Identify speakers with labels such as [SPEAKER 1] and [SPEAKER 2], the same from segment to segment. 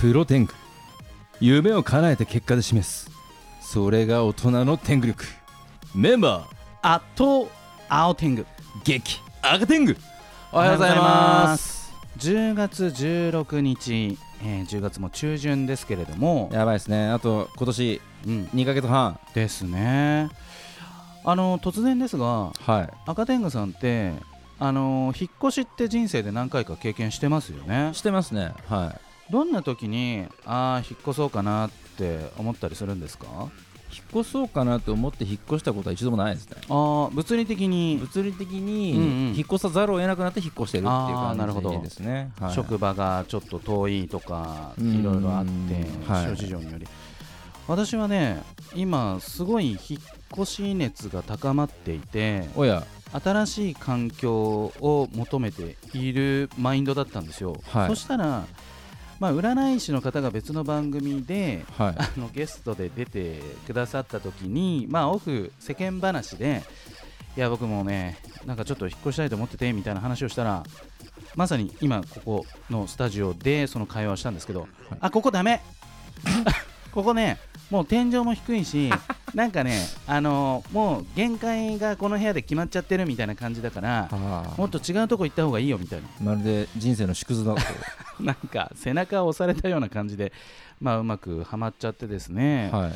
[SPEAKER 1] プロ天狗夢を叶えて結果で示すそれが大人の天狗力メンバー
[SPEAKER 2] あと青天狗
[SPEAKER 1] 激赤天狗おはようございます
[SPEAKER 2] 10月16日、えー10月も中旬ですけれども、
[SPEAKER 1] やばいですねあと今年
[SPEAKER 2] うん、
[SPEAKER 1] 2ヶ月半
[SPEAKER 2] ですねあの突然ですが
[SPEAKER 1] は
[SPEAKER 2] 赤天狗さんってあの引っ越しって人生で何回か経験してますよね
[SPEAKER 1] してますねは
[SPEAKER 2] どんな時にああ引っ越そうかなって思ったりするんですか
[SPEAKER 1] い引っ越そうかなと思って引っ越したことは一度もないですね
[SPEAKER 2] あー物理的に
[SPEAKER 1] 物理的
[SPEAKER 2] うん
[SPEAKER 1] に
[SPEAKER 2] うん
[SPEAKER 1] 引っ越さざるを得なくなって引っ越してるっていう
[SPEAKER 2] あーなるほ
[SPEAKER 1] 感
[SPEAKER 2] ど
[SPEAKER 1] じですねはい
[SPEAKER 2] 職場がちょっと遠いとか
[SPEAKER 1] うん
[SPEAKER 2] いろいろあって
[SPEAKER 1] はい
[SPEAKER 2] 諸事情により、私はね今すごい引っ越し熱が高まっていて
[SPEAKER 1] おや
[SPEAKER 2] 新しい環境を求めているマインドだったんですよ、
[SPEAKER 1] はい
[SPEAKER 2] そしたら、まあ、占い師の方が別の番組で
[SPEAKER 1] はい
[SPEAKER 2] あのゲストで出てくださった時にまあオフ世間話でいや僕もねなんかちょっと引っ越したいと思っててみたいな話をしたらまさに今ここのスタジオでその会話をしたんですけど、あここダメ ここねもう天井も低いしなんかねあのもう限界がこの部屋で決まっちゃってるみたいな感じだから
[SPEAKER 1] あ
[SPEAKER 2] もっと違うとこ行った方がいいよみたいな
[SPEAKER 1] まるで人生の縮図だと
[SPEAKER 2] なんか背中を押されたような感じでまあうまくはまっちゃってですね、
[SPEAKER 1] はい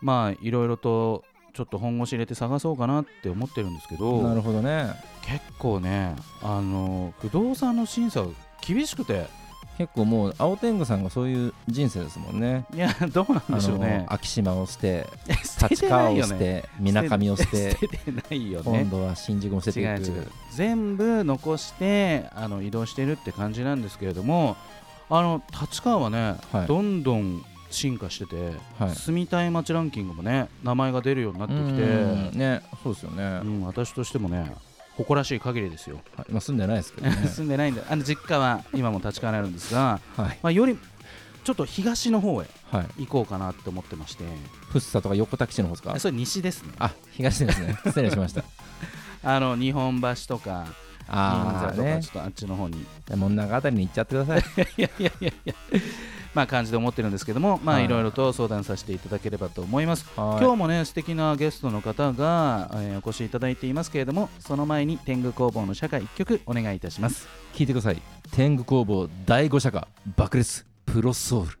[SPEAKER 2] まあいろいろとちょっと本腰入れて探そうかなって思ってるんですけ
[SPEAKER 1] な
[SPEAKER 2] ど
[SPEAKER 1] るほどね
[SPEAKER 2] 結構ねあの不動産の審査が厳しくて
[SPEAKER 1] 結構もう青天狗さんがそういう人生ですもんね
[SPEAKER 2] いやどうなんでしょう
[SPEAKER 1] あ
[SPEAKER 2] ね
[SPEAKER 1] の秋島を捨て
[SPEAKER 2] 捨て
[SPEAKER 1] 立
[SPEAKER 2] てな
[SPEAKER 1] 川
[SPEAKER 2] い
[SPEAKER 1] を
[SPEAKER 2] よ
[SPEAKER 1] 捨
[SPEAKER 2] ね
[SPEAKER 1] てみなかみを捨て
[SPEAKER 2] 捨ててないよね
[SPEAKER 1] 今度は新宿も捨て
[SPEAKER 2] 違
[SPEAKER 1] ていく
[SPEAKER 2] う違う全部残してあの移動してるって感じなんですけれどもあの立川はね、
[SPEAKER 1] はい
[SPEAKER 2] どんどん進化してて、
[SPEAKER 1] はい
[SPEAKER 2] 住みたい街ランキングもね名前が出るようになってきて
[SPEAKER 1] うんねそうですよね、は
[SPEAKER 2] うん、私としてもね誇らしい限りですよ
[SPEAKER 1] い今住んでないですけど ね
[SPEAKER 2] 住んでないんだあの実家は今も立川にあるんですが、
[SPEAKER 1] はい
[SPEAKER 2] まあ、よりちょっと東の方へ
[SPEAKER 1] はい
[SPEAKER 2] 行こうかなって思ってまして
[SPEAKER 1] 福生とか横田基地の方ですか
[SPEAKER 2] あそれ西ですね
[SPEAKER 1] あ東です ね失礼しました
[SPEAKER 2] あの日本橋とか銀
[SPEAKER 1] あ
[SPEAKER 2] 座
[SPEAKER 1] あ
[SPEAKER 2] と
[SPEAKER 1] ね
[SPEAKER 2] かちょっとあっちの方に、
[SPEAKER 1] もう長あたりに行っちゃってください
[SPEAKER 2] いやいやいやいやまあ感じで思ってるんですけどもまあ
[SPEAKER 1] はい
[SPEAKER 2] いろいろと相談させていただければと思います、
[SPEAKER 1] はい
[SPEAKER 2] 今日もね素敵なゲストの方が、えーお越しいただいていますけれどもその前に天狗工房の社会一曲お願いいたします
[SPEAKER 1] 聞いてください天狗工房第5社か爆裂プロソウル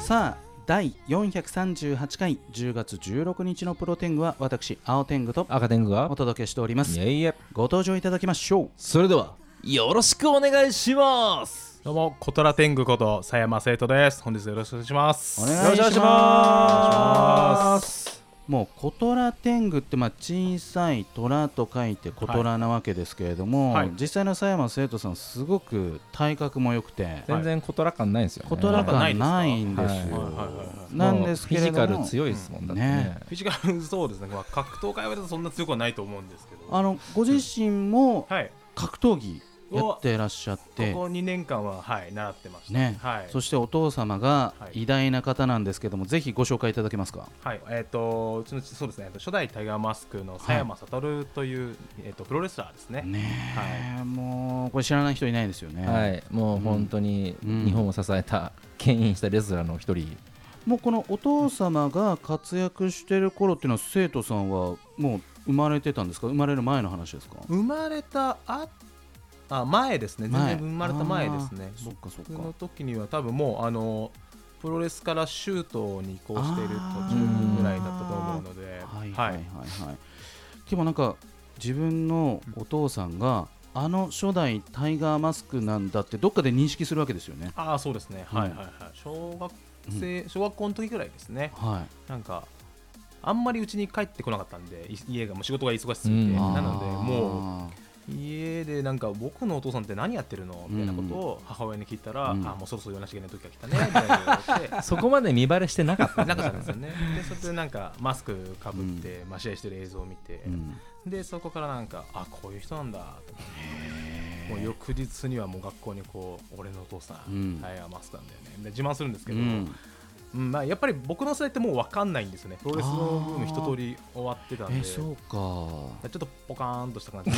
[SPEAKER 2] さあ第438回10月16日のプロテングは私青天狗と
[SPEAKER 1] 赤天狗が
[SPEAKER 2] お届けしておりま
[SPEAKER 1] い
[SPEAKER 2] す
[SPEAKER 1] やいや
[SPEAKER 2] ご登場いただきましょう
[SPEAKER 1] それではよろしくお願いします
[SPEAKER 3] どうも、コトラ天狗こと佐山生徒です。本日よろしくお願いします。
[SPEAKER 2] お願いします
[SPEAKER 3] す。
[SPEAKER 2] もうコトラテングってまあ小さい虎と書いてコトラなわけですけれども、
[SPEAKER 3] はい
[SPEAKER 2] 実際の佐山生徒さんすごく体格も良くて
[SPEAKER 1] 全然コトラ感ないんですよ、ね、
[SPEAKER 2] コトラ感ないんですよ、
[SPEAKER 1] は
[SPEAKER 3] はいはいはいはい
[SPEAKER 2] なんですけれども
[SPEAKER 1] フィジカル強いですもんだってね
[SPEAKER 3] フィジカル、そうですね。まあ、格闘界はそんな強くはないと思うんですけど。
[SPEAKER 2] あのご自身も
[SPEAKER 3] はい。
[SPEAKER 2] 格闘技やってらっしゃっ
[SPEAKER 3] こ
[SPEAKER 2] て
[SPEAKER 3] こ2年間は、はい、習ってました。
[SPEAKER 2] ね
[SPEAKER 3] はい。
[SPEAKER 2] そしてお父様が
[SPEAKER 3] はい
[SPEAKER 2] 偉大な方なんですけども、ぜひご紹介いただけますか
[SPEAKER 3] はい、えっ、と、うちの父、そうですね。えっと初代タイガーマスクの佐山悟という、えっ、と、プロレスラーですね。
[SPEAKER 2] ねえ、もうこれ知らない人いないですよね、
[SPEAKER 1] はい、もう本当に
[SPEAKER 2] うん
[SPEAKER 1] 日本を支えた、牽引したレスラーの一人、
[SPEAKER 2] もうこのお父様が活躍してる頃っていうのは生徒さんはもう生まれてたんですか生まれる前の話ですか
[SPEAKER 3] 生まれたあ、あ、前ですね。全然生まれた前ですね
[SPEAKER 2] あ。ーそっかそっ
[SPEAKER 3] 僕の
[SPEAKER 2] か
[SPEAKER 3] 時には多分もうあのプロレスからシュートに移行している途
[SPEAKER 2] あ
[SPEAKER 1] ー
[SPEAKER 3] 中ぐらいだったと思うので、
[SPEAKER 2] はいはいはいはいでもなんか自分のお父さんがあの初代タイガーマスクなんだってどっかで認識するわけですよね
[SPEAKER 3] ああそうですね、
[SPEAKER 2] うん
[SPEAKER 3] はいはいはい、小学生小学校の時ぐらいですね、
[SPEAKER 2] は
[SPEAKER 3] なんかあんまりうちに帰ってこなかったんで、い家がもう仕事が忙しすぎて、
[SPEAKER 1] うん
[SPEAKER 2] い
[SPEAKER 3] なのでも
[SPEAKER 2] う
[SPEAKER 3] う家でなんか僕のお父さんって何やってるのみたいなことを母親に聞いたら、
[SPEAKER 2] うん
[SPEAKER 3] ああもうそろそろ夜なしげの時が来たねみたいなことを 言って。
[SPEAKER 1] そこまで見バレしてなかっ
[SPEAKER 3] な
[SPEAKER 1] た
[SPEAKER 3] んかったんですよねでそれでなんかマスクかぶって、まあ、試合してる映像を見て、
[SPEAKER 2] うん
[SPEAKER 3] でそこからなんかあこういう人なんだと思ってもう翌日にはもう学校にこう俺のお父さん、
[SPEAKER 2] うん
[SPEAKER 3] タイガーマスクなんだよねで自慢するんですけ
[SPEAKER 2] う
[SPEAKER 3] ど、
[SPEAKER 2] ん
[SPEAKER 3] うんまあ、やっぱり僕の世代ってもう分かんないんですよねプロレスのブーム
[SPEAKER 2] あー
[SPEAKER 3] 一通り終わってたんで
[SPEAKER 2] えそうか
[SPEAKER 3] ちょっとポカーンとした感じ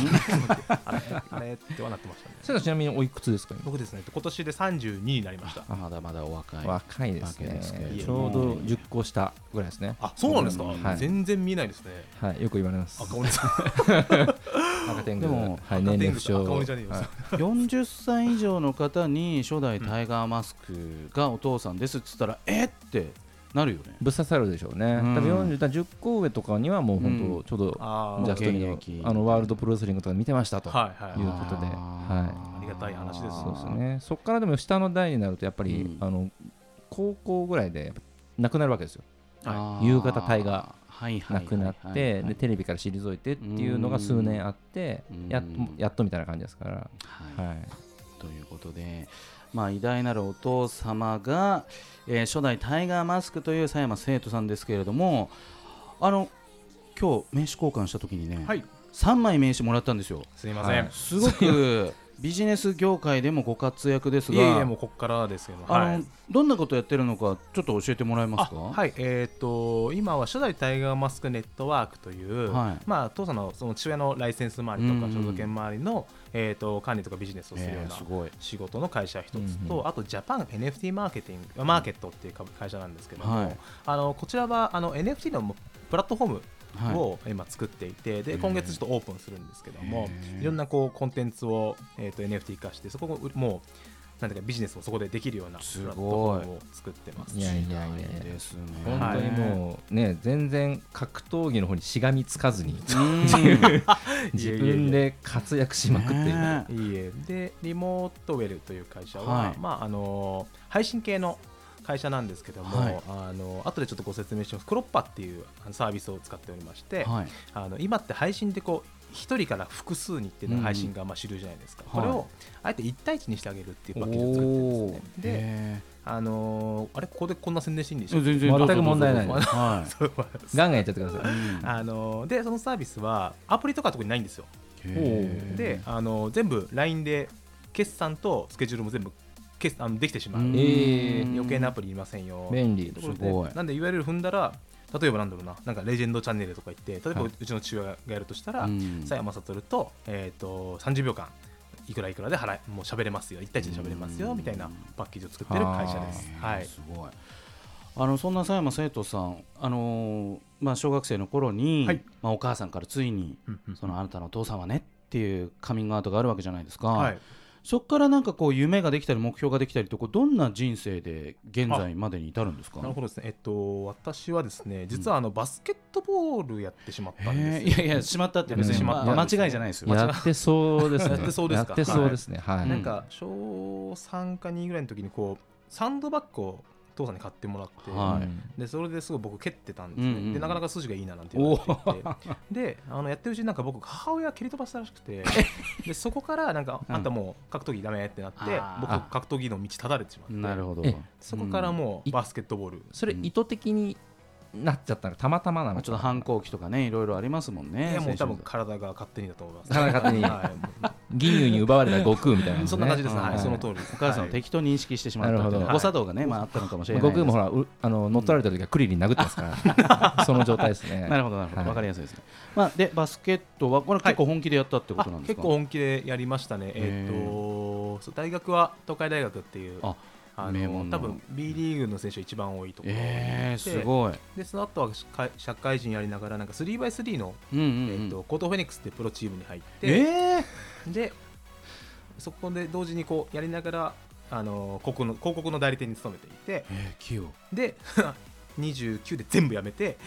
[SPEAKER 3] あれあれってはなってましたね
[SPEAKER 1] 先生ちなみにおいくつですか今
[SPEAKER 3] 僕ですね今年で32になりました
[SPEAKER 2] あまだまだお若い
[SPEAKER 1] 若いです
[SPEAKER 2] 若い
[SPEAKER 1] ね
[SPEAKER 2] ですけれども
[SPEAKER 1] ちょうど10個下ぐらいですね
[SPEAKER 3] あそうなんですか、
[SPEAKER 1] はい
[SPEAKER 3] 全然見えないですね
[SPEAKER 1] はいよく言われます
[SPEAKER 3] 赤鬼さん
[SPEAKER 1] 赤天狗
[SPEAKER 2] でも
[SPEAKER 1] は
[SPEAKER 3] 赤
[SPEAKER 1] い
[SPEAKER 3] 天
[SPEAKER 1] 年
[SPEAKER 3] 狗
[SPEAKER 1] 齢不詳
[SPEAKER 3] 赤鬼じゃねえよ
[SPEAKER 1] はい
[SPEAKER 2] 40歳以上の方に初代タイガーマスクがお父さんですっつったら、えってなるよね
[SPEAKER 1] ぶっ刺さるでしょうね、
[SPEAKER 2] うん
[SPEAKER 1] 多分40だから10個上とかにはもう
[SPEAKER 2] う
[SPEAKER 1] 本当
[SPEAKER 2] ん
[SPEAKER 1] ちょうど
[SPEAKER 3] あ
[SPEAKER 2] ー
[SPEAKER 1] ジャ
[SPEAKER 3] あ
[SPEAKER 1] ストミ
[SPEAKER 2] もう現
[SPEAKER 1] ー
[SPEAKER 2] 役
[SPEAKER 1] のあのワールドプロレスリングとか見てましたと、
[SPEAKER 3] はいはい
[SPEAKER 1] いうことで
[SPEAKER 2] あー
[SPEAKER 3] はいありがたい話です
[SPEAKER 1] そうですねそこからでも下の代になるとやっぱり、
[SPEAKER 2] うん
[SPEAKER 1] あの高校ぐらいでやっぱなくなるわけですよ
[SPEAKER 2] あ
[SPEAKER 1] 夕方タイガ
[SPEAKER 2] はいは
[SPEAKER 1] な
[SPEAKER 2] いはい
[SPEAKER 1] くなって、
[SPEAKER 2] はいはい
[SPEAKER 1] でテレビから退いてっていうのが数年あって
[SPEAKER 2] うん
[SPEAKER 1] やっとやっとみたいな感じですから、
[SPEAKER 2] はい
[SPEAKER 1] はい
[SPEAKER 2] ということで、まあ、偉大なるお父様が、えー初代タイガーマスクという佐山生徒さんですけれどもあの今日名刺交換した時にね、
[SPEAKER 3] はい
[SPEAKER 2] 3枚名刺もらったんですよ
[SPEAKER 3] すいません、
[SPEAKER 1] は
[SPEAKER 2] すご くビジネス業界でもご活躍です
[SPEAKER 3] い、
[SPEAKER 2] が
[SPEAKER 3] えいえもうこっからですけど
[SPEAKER 2] あの
[SPEAKER 3] はい
[SPEAKER 2] どんなことやってるのかちょっと教えてもらえますか
[SPEAKER 3] あはいえー、と今は初代タイガーマスクネットワークという、
[SPEAKER 2] はい
[SPEAKER 3] まあ、父さんのその父親のライセンス周りと
[SPEAKER 2] う
[SPEAKER 3] か
[SPEAKER 2] ん
[SPEAKER 3] 所属権周りの、えー、と管理とかビジネスをするよう
[SPEAKER 2] えー
[SPEAKER 3] な
[SPEAKER 2] すごい
[SPEAKER 3] 仕事の会社一つと、
[SPEAKER 1] うんう
[SPEAKER 3] あとジャパン NFT マーケティングマーケットっていう会社なんですけども、
[SPEAKER 2] はい
[SPEAKER 3] あのこちらはあの NFT のプラットフォーム
[SPEAKER 2] はい
[SPEAKER 3] を今作っていて、で今月ちょっとオープンするんですけども
[SPEAKER 2] へー
[SPEAKER 3] いろんなこうコンテンツを、えー、と NFT 化してそこをもうなんていうかビジネスをそこでできるようなプ
[SPEAKER 2] すごい
[SPEAKER 3] ラットフォームを作ってます
[SPEAKER 1] いやいやいやいや
[SPEAKER 2] ですね
[SPEAKER 1] 本当にもうね全然格闘技の方にしがみつかずに
[SPEAKER 2] うん
[SPEAKER 1] 自分で活躍しまくっている、
[SPEAKER 2] ね
[SPEAKER 3] いいえでリモートウェルという会社は、
[SPEAKER 2] はい
[SPEAKER 3] まああの配信系の会社なんですけども、
[SPEAKER 2] はい
[SPEAKER 3] あの後でちょっとご説明しますクロッパっていうあのサービスを使っておりま して、
[SPEAKER 2] はい
[SPEAKER 3] あの今って配信ってこう1人から複数にっていうのが配信がまあ主流じゃないですか、
[SPEAKER 2] は
[SPEAKER 3] こ
[SPEAKER 2] い
[SPEAKER 3] れをあえて1対1にしてあげるっていうパッケージを作ってるんですねで、
[SPEAKER 2] へ
[SPEAKER 3] あのーあれここでこんな宣伝していいんでしょ
[SPEAKER 2] ー
[SPEAKER 3] う
[SPEAKER 2] 全然
[SPEAKER 1] 全く問題ない
[SPEAKER 2] どうぞどうぞ は
[SPEAKER 3] そう
[SPEAKER 1] ガンガンやっちゃってください
[SPEAKER 3] あのーでそのサービスはアプリとか特にないんですよ
[SPEAKER 2] いへー
[SPEAKER 3] で、あの全部 LINE で決算とスケジュールも全部決あのできてしまう、
[SPEAKER 2] うん
[SPEAKER 1] えー
[SPEAKER 3] 余計なアプリいりませんよ
[SPEAKER 1] 便利
[SPEAKER 3] と
[SPEAKER 2] す
[SPEAKER 3] ころで
[SPEAKER 2] ごい
[SPEAKER 3] なんで URL 踏んだら例えばなんだろうななんかレジェンドチャンネルとか言って例えば
[SPEAKER 1] は
[SPEAKER 3] う
[SPEAKER 1] い
[SPEAKER 3] ちの父親がやるとしたら、
[SPEAKER 2] うん
[SPEAKER 3] 佐山悟と,、えー、と30秒間いくらいくらで払いもう喋れますよ1対1で喋れます
[SPEAKER 2] う
[SPEAKER 3] よ
[SPEAKER 2] ん
[SPEAKER 3] みたいなパッケージを作ってる会社です。は
[SPEAKER 2] へー
[SPEAKER 3] い
[SPEAKER 2] すごいあのそんな佐山生徒さん、あのーまあ、小学生の頃に、
[SPEAKER 3] はい
[SPEAKER 2] まあ、お母さんからついに
[SPEAKER 3] うんうん
[SPEAKER 2] そのあなたのお父さんはねっていうカミングアウトがあるわけじゃないですか、
[SPEAKER 3] はい
[SPEAKER 2] そこからなんかこう夢ができたり目標ができたりとこうどんな人生で現在までに至るんですか
[SPEAKER 3] なるほどですね、えっと、私はですね実はあのバスケットボールやってしまったんですよ、
[SPEAKER 2] へーいやいやしまったって別
[SPEAKER 3] やって
[SPEAKER 2] に、
[SPEAKER 3] し
[SPEAKER 2] ま
[SPEAKER 3] ま
[SPEAKER 2] あ
[SPEAKER 3] ったんですね
[SPEAKER 2] 間違いじゃないですよ
[SPEAKER 1] やってそうですね
[SPEAKER 3] やってそうですか
[SPEAKER 1] やってそうですねはい、
[SPEAKER 3] なんか小3か2ぐらいの時にこうサンドバッグを父さんに買ってもらって、
[SPEAKER 2] は
[SPEAKER 3] でそれですごい僕蹴ってたんですね、
[SPEAKER 2] うんうんうん
[SPEAKER 3] でなかなか筋がいいななんて言われていてであのやってるうちになんか僕母親蹴り飛ばしたらしくてでそこからなんか
[SPEAKER 2] うん
[SPEAKER 3] あんたもう格闘技ダメってなって
[SPEAKER 2] あー
[SPEAKER 3] 僕格闘技の道立たれてしまって
[SPEAKER 2] なるほど
[SPEAKER 1] え
[SPEAKER 3] そこからもうバスケットボール、
[SPEAKER 1] それ意図的になっちゃったのたまたまな
[SPEAKER 2] ま
[SPEAKER 1] の
[SPEAKER 2] あちょっと反抗期とかねいろいろありますもん
[SPEAKER 3] い
[SPEAKER 2] ね
[SPEAKER 3] やもう多
[SPEAKER 2] 青
[SPEAKER 3] 分
[SPEAKER 2] 春
[SPEAKER 3] 体が勝手にだと思います、
[SPEAKER 1] 体が勝手に
[SPEAKER 3] は
[SPEAKER 1] 銀牛に奪われた悟空みたいな、
[SPEAKER 3] い、そんな感じですね、はい
[SPEAKER 2] うん
[SPEAKER 3] その通りです
[SPEAKER 2] お母さんを敵と認識してしまったみたい
[SPEAKER 1] なるほ
[SPEAKER 2] な
[SPEAKER 1] ど
[SPEAKER 2] 誤作動がね、まあ、あったのかもしれない
[SPEAKER 1] 悟
[SPEAKER 2] です
[SPEAKER 1] 空もほらうあの乗っ取られた時はクリリン殴ってますから その状態ですね
[SPEAKER 2] なるほどなるほど、
[SPEAKER 1] はい
[SPEAKER 2] わかりやすいですね、まあ、でバスケットはこれ結構本気でやったってこ
[SPEAKER 3] あ
[SPEAKER 2] となんです
[SPEAKER 3] 結
[SPEAKER 2] か、
[SPEAKER 3] 構本気でやりましたね、え
[SPEAKER 2] へ
[SPEAKER 3] ー、とそう大学は東海大学っていう
[SPEAKER 2] あ
[SPEAKER 3] あ
[SPEAKER 2] 名門
[SPEAKER 3] の多
[SPEAKER 2] の
[SPEAKER 3] 分 B リーグの選手一番多いところ
[SPEAKER 2] えー、す
[SPEAKER 3] い
[SPEAKER 2] ごい、
[SPEAKER 3] でその後は社会社会人やりながらなんか 3x3 の、
[SPEAKER 2] うんうん
[SPEAKER 3] え
[SPEAKER 2] うん
[SPEAKER 3] ー、とコートフェニックスってプロチームに入って、
[SPEAKER 2] えー
[SPEAKER 3] でそこで同時にこうやりながらあの広告の広告の代理店に勤めていて
[SPEAKER 2] えー、器用、
[SPEAKER 3] で 29で全部やめて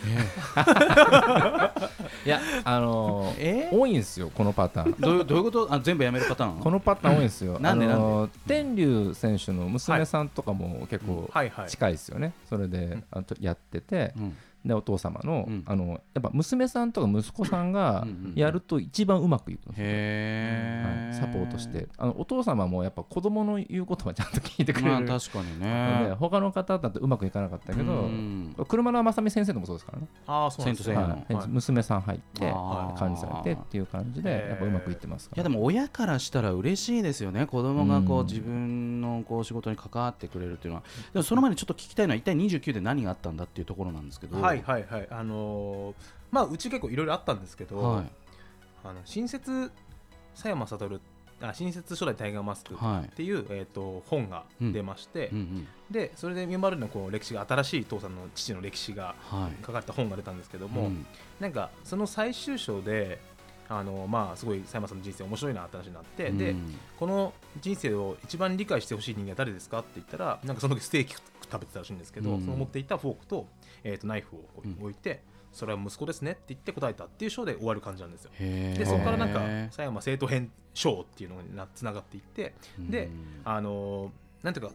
[SPEAKER 1] いやあのー
[SPEAKER 2] え
[SPEAKER 1] 多いんですよこのパターン
[SPEAKER 2] ー、どういうどういうことあ全部やめるパターン
[SPEAKER 1] このパターン多いんですよ
[SPEAKER 2] なんで
[SPEAKER 1] あのー天竜選手の娘さんとかも結構
[SPEAKER 3] はいはい
[SPEAKER 1] 近いですよね、それであとやってて、
[SPEAKER 2] うん
[SPEAKER 1] でお父様の,、
[SPEAKER 2] うん
[SPEAKER 1] あのやっぱ娘さんとか息子さんが
[SPEAKER 2] うんうんうん
[SPEAKER 1] やると一番うまくいくんですよは
[SPEAKER 2] へえ、
[SPEAKER 1] い、サポートしてあのお父様もやっぱ子供の言うことはちゃんと聞いてくれる、
[SPEAKER 2] まあ確かに
[SPEAKER 1] ので
[SPEAKER 2] ね
[SPEAKER 1] 他の方だとうまくいかなかったけど、
[SPEAKER 2] うん
[SPEAKER 1] 車の正美先生のもそうですからね、
[SPEAKER 3] ああそうなんです
[SPEAKER 2] セイントセイヤ
[SPEAKER 1] はい
[SPEAKER 3] はい
[SPEAKER 1] 娘さん入って
[SPEAKER 2] あー
[SPEAKER 1] 管理されてっていう感じで
[SPEAKER 3] へー
[SPEAKER 1] やっぱうまくいってますか
[SPEAKER 2] いや
[SPEAKER 1] ら
[SPEAKER 2] でも親からしたら嬉しいですよね子供がこう
[SPEAKER 1] うん
[SPEAKER 2] 自分のこう仕事に関わってくれるっていうのはでもその前にちょっと聞きたいのは一体29で何があったんだっていうところなんですけど
[SPEAKER 3] はいはいはいあのーまあうち結構いろいろあったんですけど、
[SPEAKER 2] はい
[SPEAKER 3] あの新設佐山悟あ新設初代タイガーマスクっ
[SPEAKER 2] はい
[SPEAKER 3] ていう、えー、と本が出まして、
[SPEAKER 2] うんうん
[SPEAKER 3] でそれでミュンバルのこう歴史が新しい父さんの父の歴史が
[SPEAKER 2] はい
[SPEAKER 3] かかった本が出たんですけども、
[SPEAKER 2] ん
[SPEAKER 3] なんかその最終章であのまあすごい佐山さんの人生面白いなって話になって、
[SPEAKER 2] う
[SPEAKER 3] で
[SPEAKER 2] ん
[SPEAKER 3] この人生を一番理解してほしい人間は誰ですかって言ったらなんかその時ステーキ食べてたらしいんですけど、
[SPEAKER 2] うん
[SPEAKER 3] その持っていたフォークと,、えー、とナイフを置いて、それは息子ですねって言って答えたっていう章で終わる感じなんですよ。
[SPEAKER 2] へー
[SPEAKER 3] でそこからなんか
[SPEAKER 2] へ
[SPEAKER 3] 佐山生徒編章っていうのになつながっていって
[SPEAKER 2] ー
[SPEAKER 3] で
[SPEAKER 2] うん
[SPEAKER 3] あのーなんていうか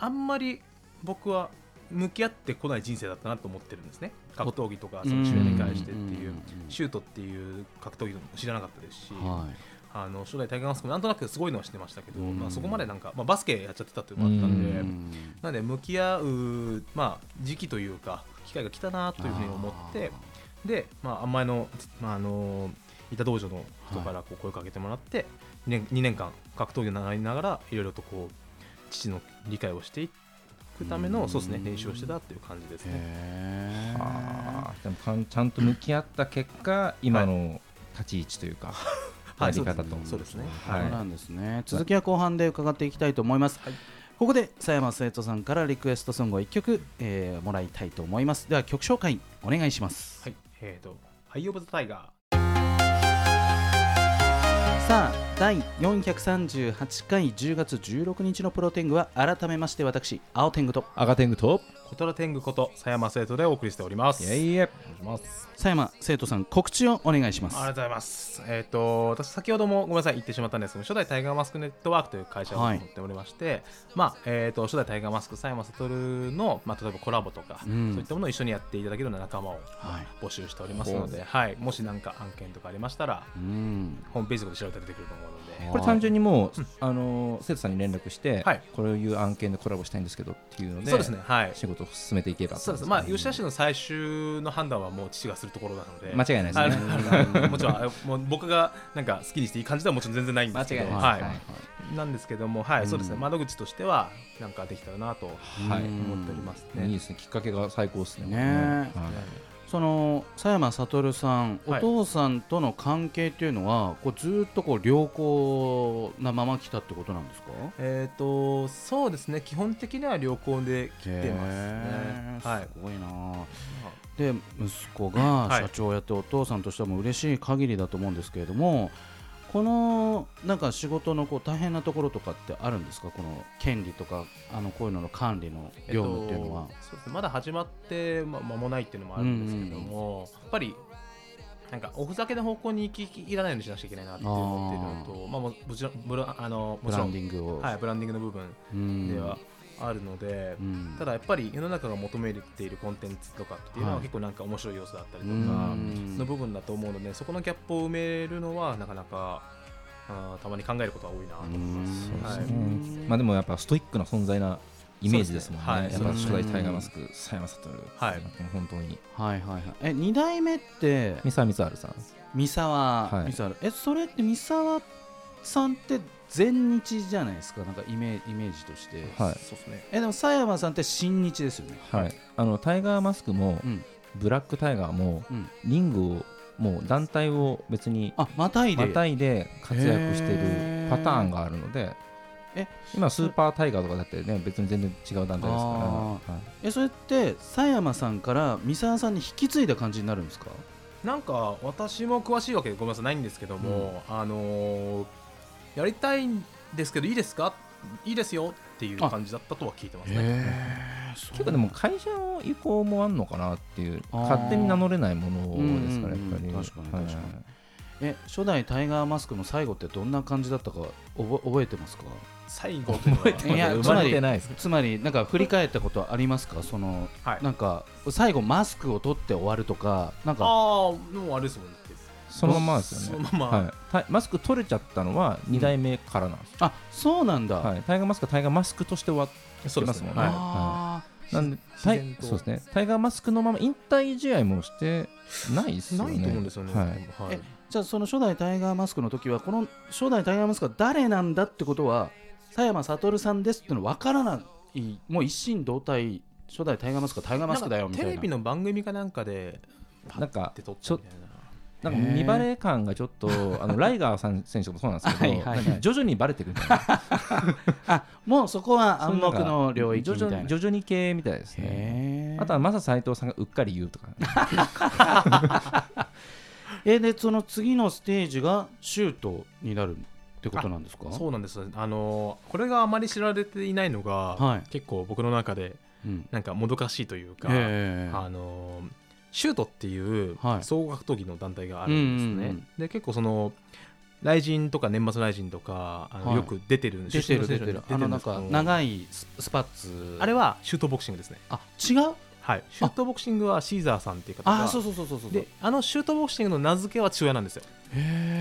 [SPEAKER 3] あんまり僕は向き合ってこない人生だったなと思ってるんですね格闘技とかその試合に関してっていうん
[SPEAKER 2] んん
[SPEAKER 3] シュートっていう格闘技も知らなかったですし、
[SPEAKER 2] はい
[SPEAKER 3] あの初代タイガーマスクもなんとなくすごいのは知ってましたけど、
[SPEAKER 2] うん
[SPEAKER 3] まあ、そこまでなんか、まあ、バスケやっちゃってたっていうのもあったんで、
[SPEAKER 2] うん
[SPEAKER 3] なんで向き合う、まあ、時期というか機会が来たなというふうに思ってで、まあ、あんまりの、まあ、あの板道場の人からこう声をかけてもらって、2, 年2年間格闘技を習いながらいろいろとこう父の理解をしていくための、
[SPEAKER 2] うん
[SPEAKER 3] そうですね練習をしてたっていう感じですね。
[SPEAKER 2] へー
[SPEAKER 1] あーでもかんちゃんと向き合った結果今の立ち位置というか、
[SPEAKER 3] はい
[SPEAKER 1] やり方と、
[SPEAKER 2] はい
[SPEAKER 3] そうですね、
[SPEAKER 1] はい
[SPEAKER 2] そうなんですね続きは後半で伺っていきたいと思います、
[SPEAKER 3] はい
[SPEAKER 2] ここで佐山生徒さんからリクエストソングを1曲、えーもらいたいと思いますでは曲紹介お願いします、
[SPEAKER 3] はい、えっ、と、アイオブザタイガー。
[SPEAKER 2] さあ第438回10月16日のプロテングは改めまして私青天狗と
[SPEAKER 1] 赤天狗と
[SPEAKER 3] コトラ天狗こと佐山生徒でお送りしております。
[SPEAKER 1] いえいえ
[SPEAKER 3] お願いします
[SPEAKER 2] 佐山生徒さん告知をお願いしま
[SPEAKER 3] あり
[SPEAKER 2] す
[SPEAKER 3] がとうございます。えっ、と、私、先ほどもごめんなさい、言ってしまったんですけど、初代タイガーマスクネットワークという会社を持
[SPEAKER 2] はい
[SPEAKER 3] っておりまして、まあ、えっ、と、初代タイガーマスク、佐山悟の、まあ、例えばコラボとか、
[SPEAKER 2] うん
[SPEAKER 3] そういったものを一緒にやっていただけるような仲間を
[SPEAKER 2] はい
[SPEAKER 3] 募集しておりますので、はい、もし何か案件とかありましたら、
[SPEAKER 2] うん
[SPEAKER 3] ホームページとかで調べたら出てくると思うので、
[SPEAKER 1] これ単純にもう、あの生徒さんに連絡して、
[SPEAKER 3] はい
[SPEAKER 1] これをいう案件でコラボしたいんですけどっていうので
[SPEAKER 3] そうですね、はい。
[SPEAKER 1] 仕事を進めていけば
[SPEAKER 3] そうです。まあ、吉田氏の最終の判断はもう父がするところなので、
[SPEAKER 1] 間違いないですね
[SPEAKER 3] あのもちろんあのもう僕がなんか好きにしていい感じではもちろん全然ないんですけど
[SPEAKER 1] 間違いない
[SPEAKER 3] はい
[SPEAKER 1] はい
[SPEAKER 3] なんですけども、はい
[SPEAKER 2] うん
[SPEAKER 3] そうですね窓口としてはなんかできたらなと
[SPEAKER 1] はい
[SPEAKER 2] うん
[SPEAKER 3] 思っております
[SPEAKER 1] いい
[SPEAKER 3] ね。
[SPEAKER 1] ですねきっかけが最高ですね
[SPEAKER 2] ね
[SPEAKER 1] はい
[SPEAKER 2] その佐山悟さん、
[SPEAKER 3] はい
[SPEAKER 2] お父さんとの関係っていうのはこうずっとこう良好なまま来たってことなんですか
[SPEAKER 3] えっ、とそうですね基本的には良好で来てますね
[SPEAKER 2] へ。ー
[SPEAKER 3] はい
[SPEAKER 2] すごいなで息子が
[SPEAKER 3] はい
[SPEAKER 2] 社長をやってお父さんとしてはもう嬉しい限りだと思うんですけれどもこのなんか仕事のこう大変なところとかってあるんですかこの権利とかあのこういうのの管理の
[SPEAKER 3] えっと
[SPEAKER 2] 業務っていうのは、
[SPEAKER 3] そうですねまだ始まってま間もないっていうのもあるんですけども、やっぱりなんかおふざけの方向に行きいらないようにしなきゃいけないなっていうのとまあももちろんブラあのも
[SPEAKER 2] ブ
[SPEAKER 3] ち
[SPEAKER 2] ラ
[SPEAKER 3] ろ
[SPEAKER 2] ン
[SPEAKER 3] ん
[SPEAKER 2] ディングを、
[SPEAKER 3] はい、ブランディングの部分
[SPEAKER 2] うん
[SPEAKER 3] ではあるので、
[SPEAKER 2] うん
[SPEAKER 3] ただやっぱり世の中が求めているコンテンツとかっていうのは
[SPEAKER 2] はい
[SPEAKER 3] 結構なんか面白い要素だったりと
[SPEAKER 2] う
[SPEAKER 3] か、
[SPEAKER 2] ん
[SPEAKER 3] の部分だと思うのでそこのギャップを埋めるのはなかなかあーたまに考えることが多いなと思います。
[SPEAKER 2] うん
[SPEAKER 3] はい
[SPEAKER 2] そうですね
[SPEAKER 1] うんまあでもやっぱストイックな存在なイメージですもんね
[SPEAKER 3] そうです
[SPEAKER 1] やっ
[SPEAKER 3] ね
[SPEAKER 1] ぱ
[SPEAKER 3] はい
[SPEAKER 1] 初代タイガーマスク佐山悟
[SPEAKER 3] はい
[SPEAKER 1] もう本当に
[SPEAKER 2] はいはいはいえ二代目って
[SPEAKER 1] 三沢光晴さん
[SPEAKER 2] 三沢、
[SPEAKER 1] はい
[SPEAKER 2] 三沢えそれって三沢さんって全日じゃないですかなんかイメイメージとして、
[SPEAKER 1] は
[SPEAKER 3] そう
[SPEAKER 1] い
[SPEAKER 3] ですね
[SPEAKER 2] えでも佐山さんって新日ですよね
[SPEAKER 1] はいあのタイガーマスクも
[SPEAKER 2] うん
[SPEAKER 1] ブラックタイガーも
[SPEAKER 2] うん
[SPEAKER 1] リングをもう団体を別に
[SPEAKER 2] あまたいで
[SPEAKER 1] またいで活躍して
[SPEAKER 2] へ
[SPEAKER 1] る
[SPEAKER 2] ー
[SPEAKER 1] パターンがあるので
[SPEAKER 2] え
[SPEAKER 1] 今スーパータイガーとかだってね別に全然違う団体ですから、
[SPEAKER 2] あ
[SPEAKER 1] はい
[SPEAKER 2] えそれって佐山さんから三沢さんに引き継いだ感じになるんですか
[SPEAKER 3] なんか私も詳しいわけでごめんなさいないんですけども、あのーやりたいんですけどいいですかいいですよっていう感じだったとは聞いてますね。
[SPEAKER 2] え
[SPEAKER 1] 結構でも会社の意向もあんのかなっていう
[SPEAKER 2] あー
[SPEAKER 1] 勝手に名乗れないものですから
[SPEAKER 2] う
[SPEAKER 1] や
[SPEAKER 2] ん
[SPEAKER 1] っ
[SPEAKER 2] うんうん
[SPEAKER 1] ぱり
[SPEAKER 2] 確かに
[SPEAKER 1] はい
[SPEAKER 2] 確かにえ初代タイガーマスクの最後ってどんな感じだったか覚覚えてますか
[SPEAKER 3] 最後というのは
[SPEAKER 2] まいや
[SPEAKER 1] 生まれてないですか
[SPEAKER 2] つまりなんか振り返ったことはありますかその
[SPEAKER 3] はい
[SPEAKER 2] なんか最後マスクを取って終わるとかな
[SPEAKER 3] ああ
[SPEAKER 2] んか
[SPEAKER 3] もうあれですもんね
[SPEAKER 1] そのままです
[SPEAKER 3] そ
[SPEAKER 1] よ
[SPEAKER 3] の
[SPEAKER 1] ね
[SPEAKER 3] まま、
[SPEAKER 1] はいた、マスク取れちゃったのは2代目からなんですよ、
[SPEAKER 2] あそうなんだ、
[SPEAKER 1] はい、タイガーマスクはタイガーマスクとして終わっ
[SPEAKER 3] そうで
[SPEAKER 1] てますす
[SPEAKER 3] ね
[SPEAKER 1] もんね、
[SPEAKER 3] はい
[SPEAKER 2] あ
[SPEAKER 1] い、なんでタイ
[SPEAKER 3] 自然と
[SPEAKER 1] そうですねタイガーマスクのまま引退試合もしてないですよ
[SPEAKER 3] な
[SPEAKER 1] ね
[SPEAKER 3] いと思うんですよね、
[SPEAKER 1] はい
[SPEAKER 3] はい
[SPEAKER 2] えーじゃあその初代タイガーマスクの時はこの初代タイガーマスクは誰なんだってことは佐山悟さんですっての分からないもう一心同体初代タイガーマスクはタイガーマスクだよみたいな
[SPEAKER 3] テレビの番組かなんかで
[SPEAKER 1] なんか
[SPEAKER 3] って撮った
[SPEAKER 1] ちょ
[SPEAKER 3] みたいな
[SPEAKER 1] なんか見バレ感がちょっとあ のライガーさん選手もそうなんですけど
[SPEAKER 2] はいはいはい
[SPEAKER 1] なんか徐々にバレてくるみたいな
[SPEAKER 2] あもうそこは 暗黙の領域
[SPEAKER 1] 徐
[SPEAKER 2] みたい
[SPEAKER 1] 々
[SPEAKER 2] な
[SPEAKER 1] に徐々に系みたいですね
[SPEAKER 2] へー
[SPEAKER 1] あとはマサ斎藤さんがうっかり言うとか、
[SPEAKER 2] えでその次のステージがシュートになるってことなんですか
[SPEAKER 3] そうなんですあのこれがあまり知られていないのが、
[SPEAKER 2] はい
[SPEAKER 3] 結構僕の中で
[SPEAKER 2] うん
[SPEAKER 3] なんかもどかしいというか、
[SPEAKER 2] ええ
[SPEAKER 3] あのシュートっていう
[SPEAKER 2] はい
[SPEAKER 3] 総合格闘技の団体があるんですね、
[SPEAKER 2] うんうんうん
[SPEAKER 3] で結構その雷神とか年末雷神とかあの、
[SPEAKER 2] はい
[SPEAKER 3] よく出てる
[SPEAKER 2] 出てる出て
[SPEAKER 3] 出て
[SPEAKER 2] る
[SPEAKER 3] る
[SPEAKER 2] あのなんか
[SPEAKER 3] い
[SPEAKER 2] 長いススパッツ
[SPEAKER 3] あれはシュートボクシングですね
[SPEAKER 2] あ違う
[SPEAKER 3] はいシュートボクシングはシーザーさんっていう方が
[SPEAKER 2] あそうそうそうそうそう
[SPEAKER 3] であのシュートボクシングの名付けは父親なんですよ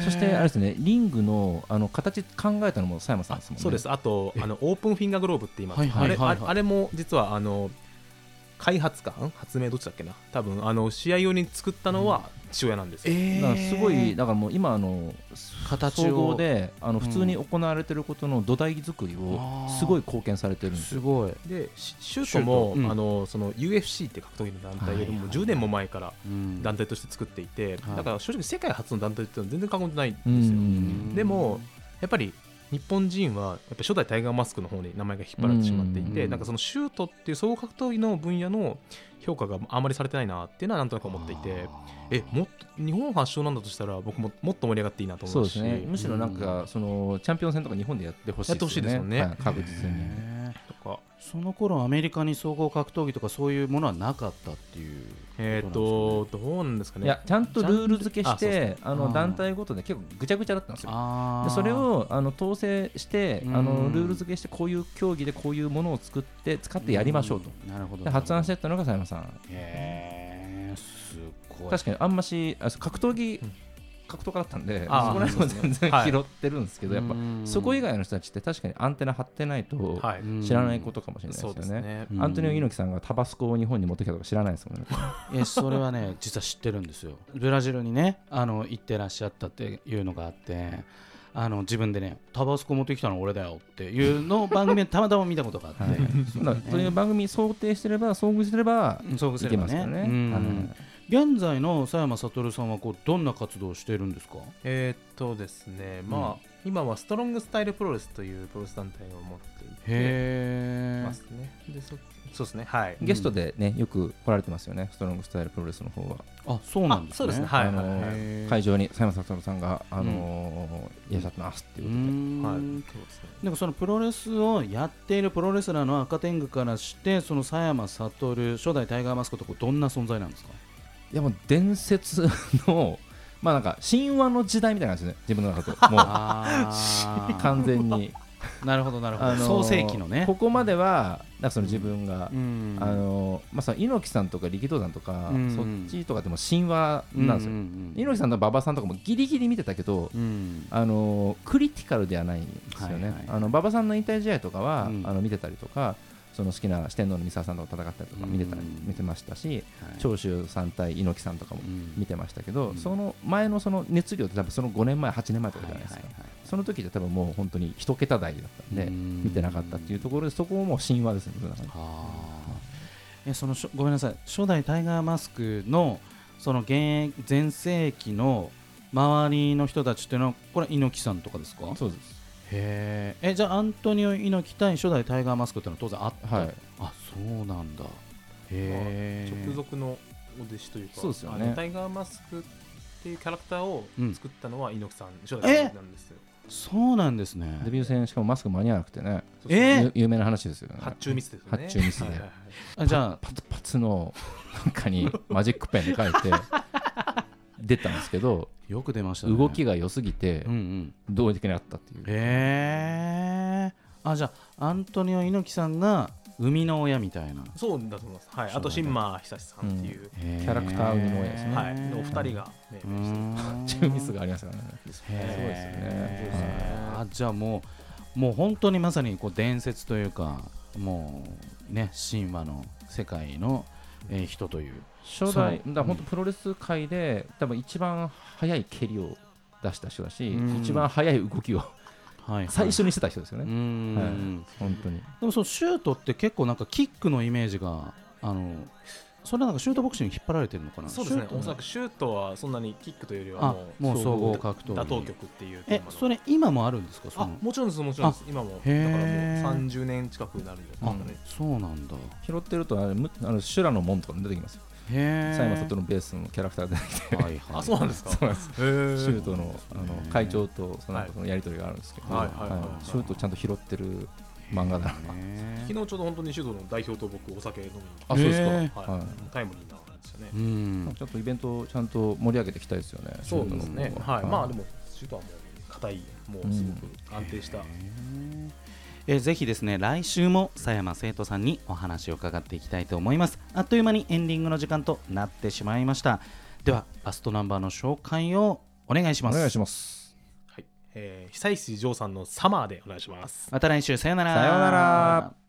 [SPEAKER 1] そしてあれですねリングのあの形考えたのも佐山さんですもんね
[SPEAKER 3] そうですあとあのオープンフィンガーグローブって言います、
[SPEAKER 2] はいはいはいはい
[SPEAKER 3] あれああれも実はあの開発かん発明どっちだっけな多分あの試合用に作ったのは父親なんですよ、
[SPEAKER 2] え
[SPEAKER 1] だからすごいだからもう今あの
[SPEAKER 2] 形を
[SPEAKER 1] 総合であの
[SPEAKER 2] うん
[SPEAKER 1] 普通に行われてることの土台作り
[SPEAKER 2] あ
[SPEAKER 1] を
[SPEAKER 2] ー
[SPEAKER 1] すごい貢献されてるんです
[SPEAKER 2] すごい
[SPEAKER 3] でシシュートも
[SPEAKER 2] シュートうん
[SPEAKER 3] あのその UFC って格闘技の団体より
[SPEAKER 2] はい
[SPEAKER 3] も
[SPEAKER 2] はい
[SPEAKER 3] 10年も前から
[SPEAKER 2] うん
[SPEAKER 3] 団体として作っていて、
[SPEAKER 2] はい
[SPEAKER 3] だから正直世界初の団体っていうのは全然過言じゃないんですよ、
[SPEAKER 1] うん
[SPEAKER 3] でもやっぱり日本人はやっぱ初代タイガーマスクの方に名前が引っ張られてしまっていて、
[SPEAKER 2] うん
[SPEAKER 3] なんかそのシュートっていう総合格闘技の分野の評価があまりされてないなっていうのはなんとなく思っていてえもっと日本発祥なんだとしたら僕ももっと盛り上がっていいなと
[SPEAKER 1] そ
[SPEAKER 3] 思
[SPEAKER 1] う
[SPEAKER 3] う
[SPEAKER 1] で
[SPEAKER 3] し
[SPEAKER 1] すねむしろなんかそのチャンピオン戦とか日本でやってほしい
[SPEAKER 3] やってほしいですよね
[SPEAKER 1] はい確実に
[SPEAKER 2] へー
[SPEAKER 3] とか
[SPEAKER 2] その頃アメリカに総合格闘技とかそういうものはなかったっていう
[SPEAKER 3] えっ、とどうなんですか
[SPEAKER 1] い
[SPEAKER 3] ね
[SPEAKER 1] やちゃんとルール付け
[SPEAKER 3] あ
[SPEAKER 1] し
[SPEAKER 3] そう
[SPEAKER 1] てあ
[SPEAKER 2] あー
[SPEAKER 1] の団体ごとで結構ぐちゃぐちゃだったんですよ
[SPEAKER 2] あ
[SPEAKER 1] で
[SPEAKER 2] あ
[SPEAKER 1] それをあの統制して
[SPEAKER 2] うん
[SPEAKER 1] あのルール付けしてこういう競技でこういうものを作って使ってやりましょうと
[SPEAKER 2] んなるほど
[SPEAKER 1] で発案してったのが佐山さん
[SPEAKER 2] へえすごい
[SPEAKER 1] 確かにあんましあそう格闘技格闘家だったんでそこ
[SPEAKER 3] あー
[SPEAKER 1] ら辺も全然
[SPEAKER 3] はい
[SPEAKER 1] 拾ってるんですけどやっぱ
[SPEAKER 2] うん
[SPEAKER 1] そこ以外の人たちって確かにアンテナ張ってないと
[SPEAKER 3] はい、
[SPEAKER 2] うん
[SPEAKER 1] 知らないことかもしれない
[SPEAKER 3] そうで
[SPEAKER 1] です
[SPEAKER 3] す
[SPEAKER 1] よね。
[SPEAKER 3] ね、
[SPEAKER 2] うん
[SPEAKER 1] アントニオ猪木さんがタバスコを日本に持ってきたとか知らないですもんね。
[SPEAKER 2] えそれはね 実は知ってるんですよブラジルにねあの行ってらっしゃったっていうのがあってあの自分でねタバスコ持ってきたの俺だよっていうのを番組でたまたま見たことがあって、
[SPEAKER 1] はい だからそういう番組想定してれば、遭遇してれば、
[SPEAKER 2] そうす
[SPEAKER 1] い
[SPEAKER 2] れ
[SPEAKER 1] け
[SPEAKER 2] ば
[SPEAKER 1] ます
[SPEAKER 2] ね
[SPEAKER 1] よね。
[SPEAKER 2] うん
[SPEAKER 1] はい
[SPEAKER 2] 現在の佐山悟さんはこうどんな活動をしているんですか
[SPEAKER 3] えっとですねまあ、今はストロングスタイルプロレスというプロレス団体を持っていて
[SPEAKER 2] へ
[SPEAKER 3] ますねでそそうですねはい
[SPEAKER 1] ゲストでね、よく来られてますよね、ストロングスタイルプロレスの方は。
[SPEAKER 2] あそうなんですね
[SPEAKER 3] あそうですねはい
[SPEAKER 1] あの
[SPEAKER 3] はいはい
[SPEAKER 2] へー
[SPEAKER 1] 会場に佐山悟さんが、あのーいらっしゃってますって
[SPEAKER 2] う
[SPEAKER 1] い
[SPEAKER 2] ー
[SPEAKER 1] うことで。
[SPEAKER 2] ん
[SPEAKER 3] はい、そうですね
[SPEAKER 2] でもそのプロレスをやっているプロレスラーの赤天狗からしてその佐山悟初代タイガーマスクとこうどんな存在なんですか
[SPEAKER 1] いやもう伝説の、まあなんか神話の時代みたいな感じですね、自分の中と。もう
[SPEAKER 2] あー
[SPEAKER 1] 完全に。
[SPEAKER 2] なるほどなるほ ど、
[SPEAKER 1] あのー
[SPEAKER 2] 創世紀のね
[SPEAKER 1] ここまでは、なんかその自分が
[SPEAKER 2] うん
[SPEAKER 1] あのまあ、さ猪木さんとか力道山とか、
[SPEAKER 2] うん
[SPEAKER 1] そっちとかでも神話
[SPEAKER 2] うん
[SPEAKER 1] なんですよ、
[SPEAKER 2] うん
[SPEAKER 1] 猪木さんと馬場さんとかもギリギリ見てたけど、
[SPEAKER 2] うん
[SPEAKER 1] あのクリティカルではないんですよね、
[SPEAKER 2] はいはい
[SPEAKER 1] あの馬場さんの引退試合とかは、
[SPEAKER 2] うん
[SPEAKER 1] あの見てたりとかその好きな四天王の三沢さんと戦ったりとか見てたり、
[SPEAKER 2] うん
[SPEAKER 1] 見てましたし
[SPEAKER 2] はい
[SPEAKER 1] 長州さん対猪木さんとかも
[SPEAKER 2] うん
[SPEAKER 1] 見てましたけど、
[SPEAKER 2] うん
[SPEAKER 1] その前のその熱量って多分その5年前8年前とかじゃないですか、
[SPEAKER 2] はいはいはい
[SPEAKER 1] その時って多分もう本当に一桁台だったんで、
[SPEAKER 2] うん
[SPEAKER 1] 見てなかったっていうところでそこをもう神話ですね僕の中で
[SPEAKER 2] はあえそのしょごめんなさい初代タイガーマスクのその現役全盛期の周りの人たちっていうのはこれは猪木さんとかですか
[SPEAKER 1] そうです
[SPEAKER 2] へーえじゃあアントニオ猪木対初代タイガーマスクっていうのは当然あった、
[SPEAKER 1] はい
[SPEAKER 2] あそうなんだへえ
[SPEAKER 3] 直属のお弟子というか
[SPEAKER 1] そうですよね
[SPEAKER 3] あのタイガーマスクっていうキャラクターを作ったのは猪木さん、初
[SPEAKER 2] え
[SPEAKER 3] 代さんなんですよ
[SPEAKER 2] そうなんですね
[SPEAKER 1] デビュー戦しかもマスク間に合わなくてね、
[SPEAKER 3] そうそう
[SPEAKER 2] え
[SPEAKER 1] ゆ有名な話ですよね。
[SPEAKER 3] 発注ミスですよね
[SPEAKER 1] 発注ミス
[SPEAKER 3] は
[SPEAKER 1] で
[SPEAKER 3] いはいはい
[SPEAKER 2] あじゃあ
[SPEAKER 1] パツパツのなんか にマジックペンで書いて出たんですけど、
[SPEAKER 2] よく出ましたね
[SPEAKER 1] 動き
[SPEAKER 2] が
[SPEAKER 1] が良すぎて
[SPEAKER 2] うんうん
[SPEAKER 1] どうにかなったっていう。
[SPEAKER 2] へえあじゃあアントニオ猪木さんが生みの親みたいな
[SPEAKER 3] そうだと思います、はい、あと
[SPEAKER 2] そうだね
[SPEAKER 3] 新馬久志さんっていう、
[SPEAKER 2] キ
[SPEAKER 1] ャラクター生みの親ですね
[SPEAKER 3] はい、のお二人が命名して
[SPEAKER 1] チューミスがありますからね。
[SPEAKER 2] すごいです
[SPEAKER 1] へーそうです
[SPEAKER 3] ね
[SPEAKER 2] あじゃあもうもう本当にまさにこう伝説というかもうね神話の世界の、えー人という
[SPEAKER 1] 初
[SPEAKER 2] そう
[SPEAKER 1] 代、だから本当プロレス界で多分一番速い蹴りを出した人だし、
[SPEAKER 2] うん
[SPEAKER 1] 一番速い動きを
[SPEAKER 2] はいはい
[SPEAKER 1] 最初にしてた人ですよ
[SPEAKER 2] う
[SPEAKER 1] ね。
[SPEAKER 2] ん、
[SPEAKER 1] はい本当に。
[SPEAKER 2] でもそのシュートって結構なんかキックのイメージがあのそれなんかシュートボクシングに引っ張られてるのかな
[SPEAKER 3] そうですね
[SPEAKER 2] シュート
[SPEAKER 3] おそらくシュートはそんなにキックというよりは
[SPEAKER 2] あ
[SPEAKER 3] もう
[SPEAKER 2] もう総合格闘技
[SPEAKER 3] 打倒局っていう
[SPEAKER 2] えそ
[SPEAKER 3] れ
[SPEAKER 2] れ今もあるんですかそ
[SPEAKER 3] あ
[SPEAKER 2] の
[SPEAKER 3] もちろんですもちろんです今もだからもう
[SPEAKER 2] へー
[SPEAKER 3] 30年近くになるんですか
[SPEAKER 2] あ
[SPEAKER 3] ね
[SPEAKER 2] そうなんだ
[SPEAKER 1] 拾ってるとあれむあの修羅の門とかも出てきますよ。
[SPEAKER 2] へえ
[SPEAKER 1] 佐山聡のベースのキャラクターで
[SPEAKER 2] はいはい
[SPEAKER 3] あそうなんですか
[SPEAKER 1] そうなんです。
[SPEAKER 3] へー
[SPEAKER 1] シュートのあの
[SPEAKER 2] へー
[SPEAKER 1] 会長とその
[SPEAKER 3] はい
[SPEAKER 1] そのやり取りがあるんですけど、
[SPEAKER 3] はいはいはい
[SPEAKER 1] はいシュートちゃんと拾ってる漫画だな。
[SPEAKER 2] へ
[SPEAKER 3] 昨
[SPEAKER 2] ー
[SPEAKER 3] 日ちょうど本当にシュートの代表と僕お酒飲みに行
[SPEAKER 1] あ
[SPEAKER 3] っ
[SPEAKER 1] そうで
[SPEAKER 2] へ
[SPEAKER 1] す
[SPEAKER 3] て
[SPEAKER 1] か。
[SPEAKER 3] は
[SPEAKER 1] はい
[SPEAKER 3] いタイムリーな感じでしたね
[SPEAKER 2] うん
[SPEAKER 1] ちょっとイベントをちゃんと盛り上げていきたいですよね。
[SPEAKER 3] そうですね
[SPEAKER 1] シュートの方
[SPEAKER 3] はいまあでもシュートはもう硬いもうすごく安定した
[SPEAKER 2] えーぜひですね来週も佐山生徒さんにお話を伺っていきたいと思いますあっという間にエンディングの時間となってしまいましたではラストナンバーの紹介をお願いし
[SPEAKER 1] お
[SPEAKER 2] ます
[SPEAKER 1] 願いします。
[SPEAKER 3] はいえー久石譲さんの「サマー」でお願いします
[SPEAKER 2] また来週さよなら
[SPEAKER 1] さようなら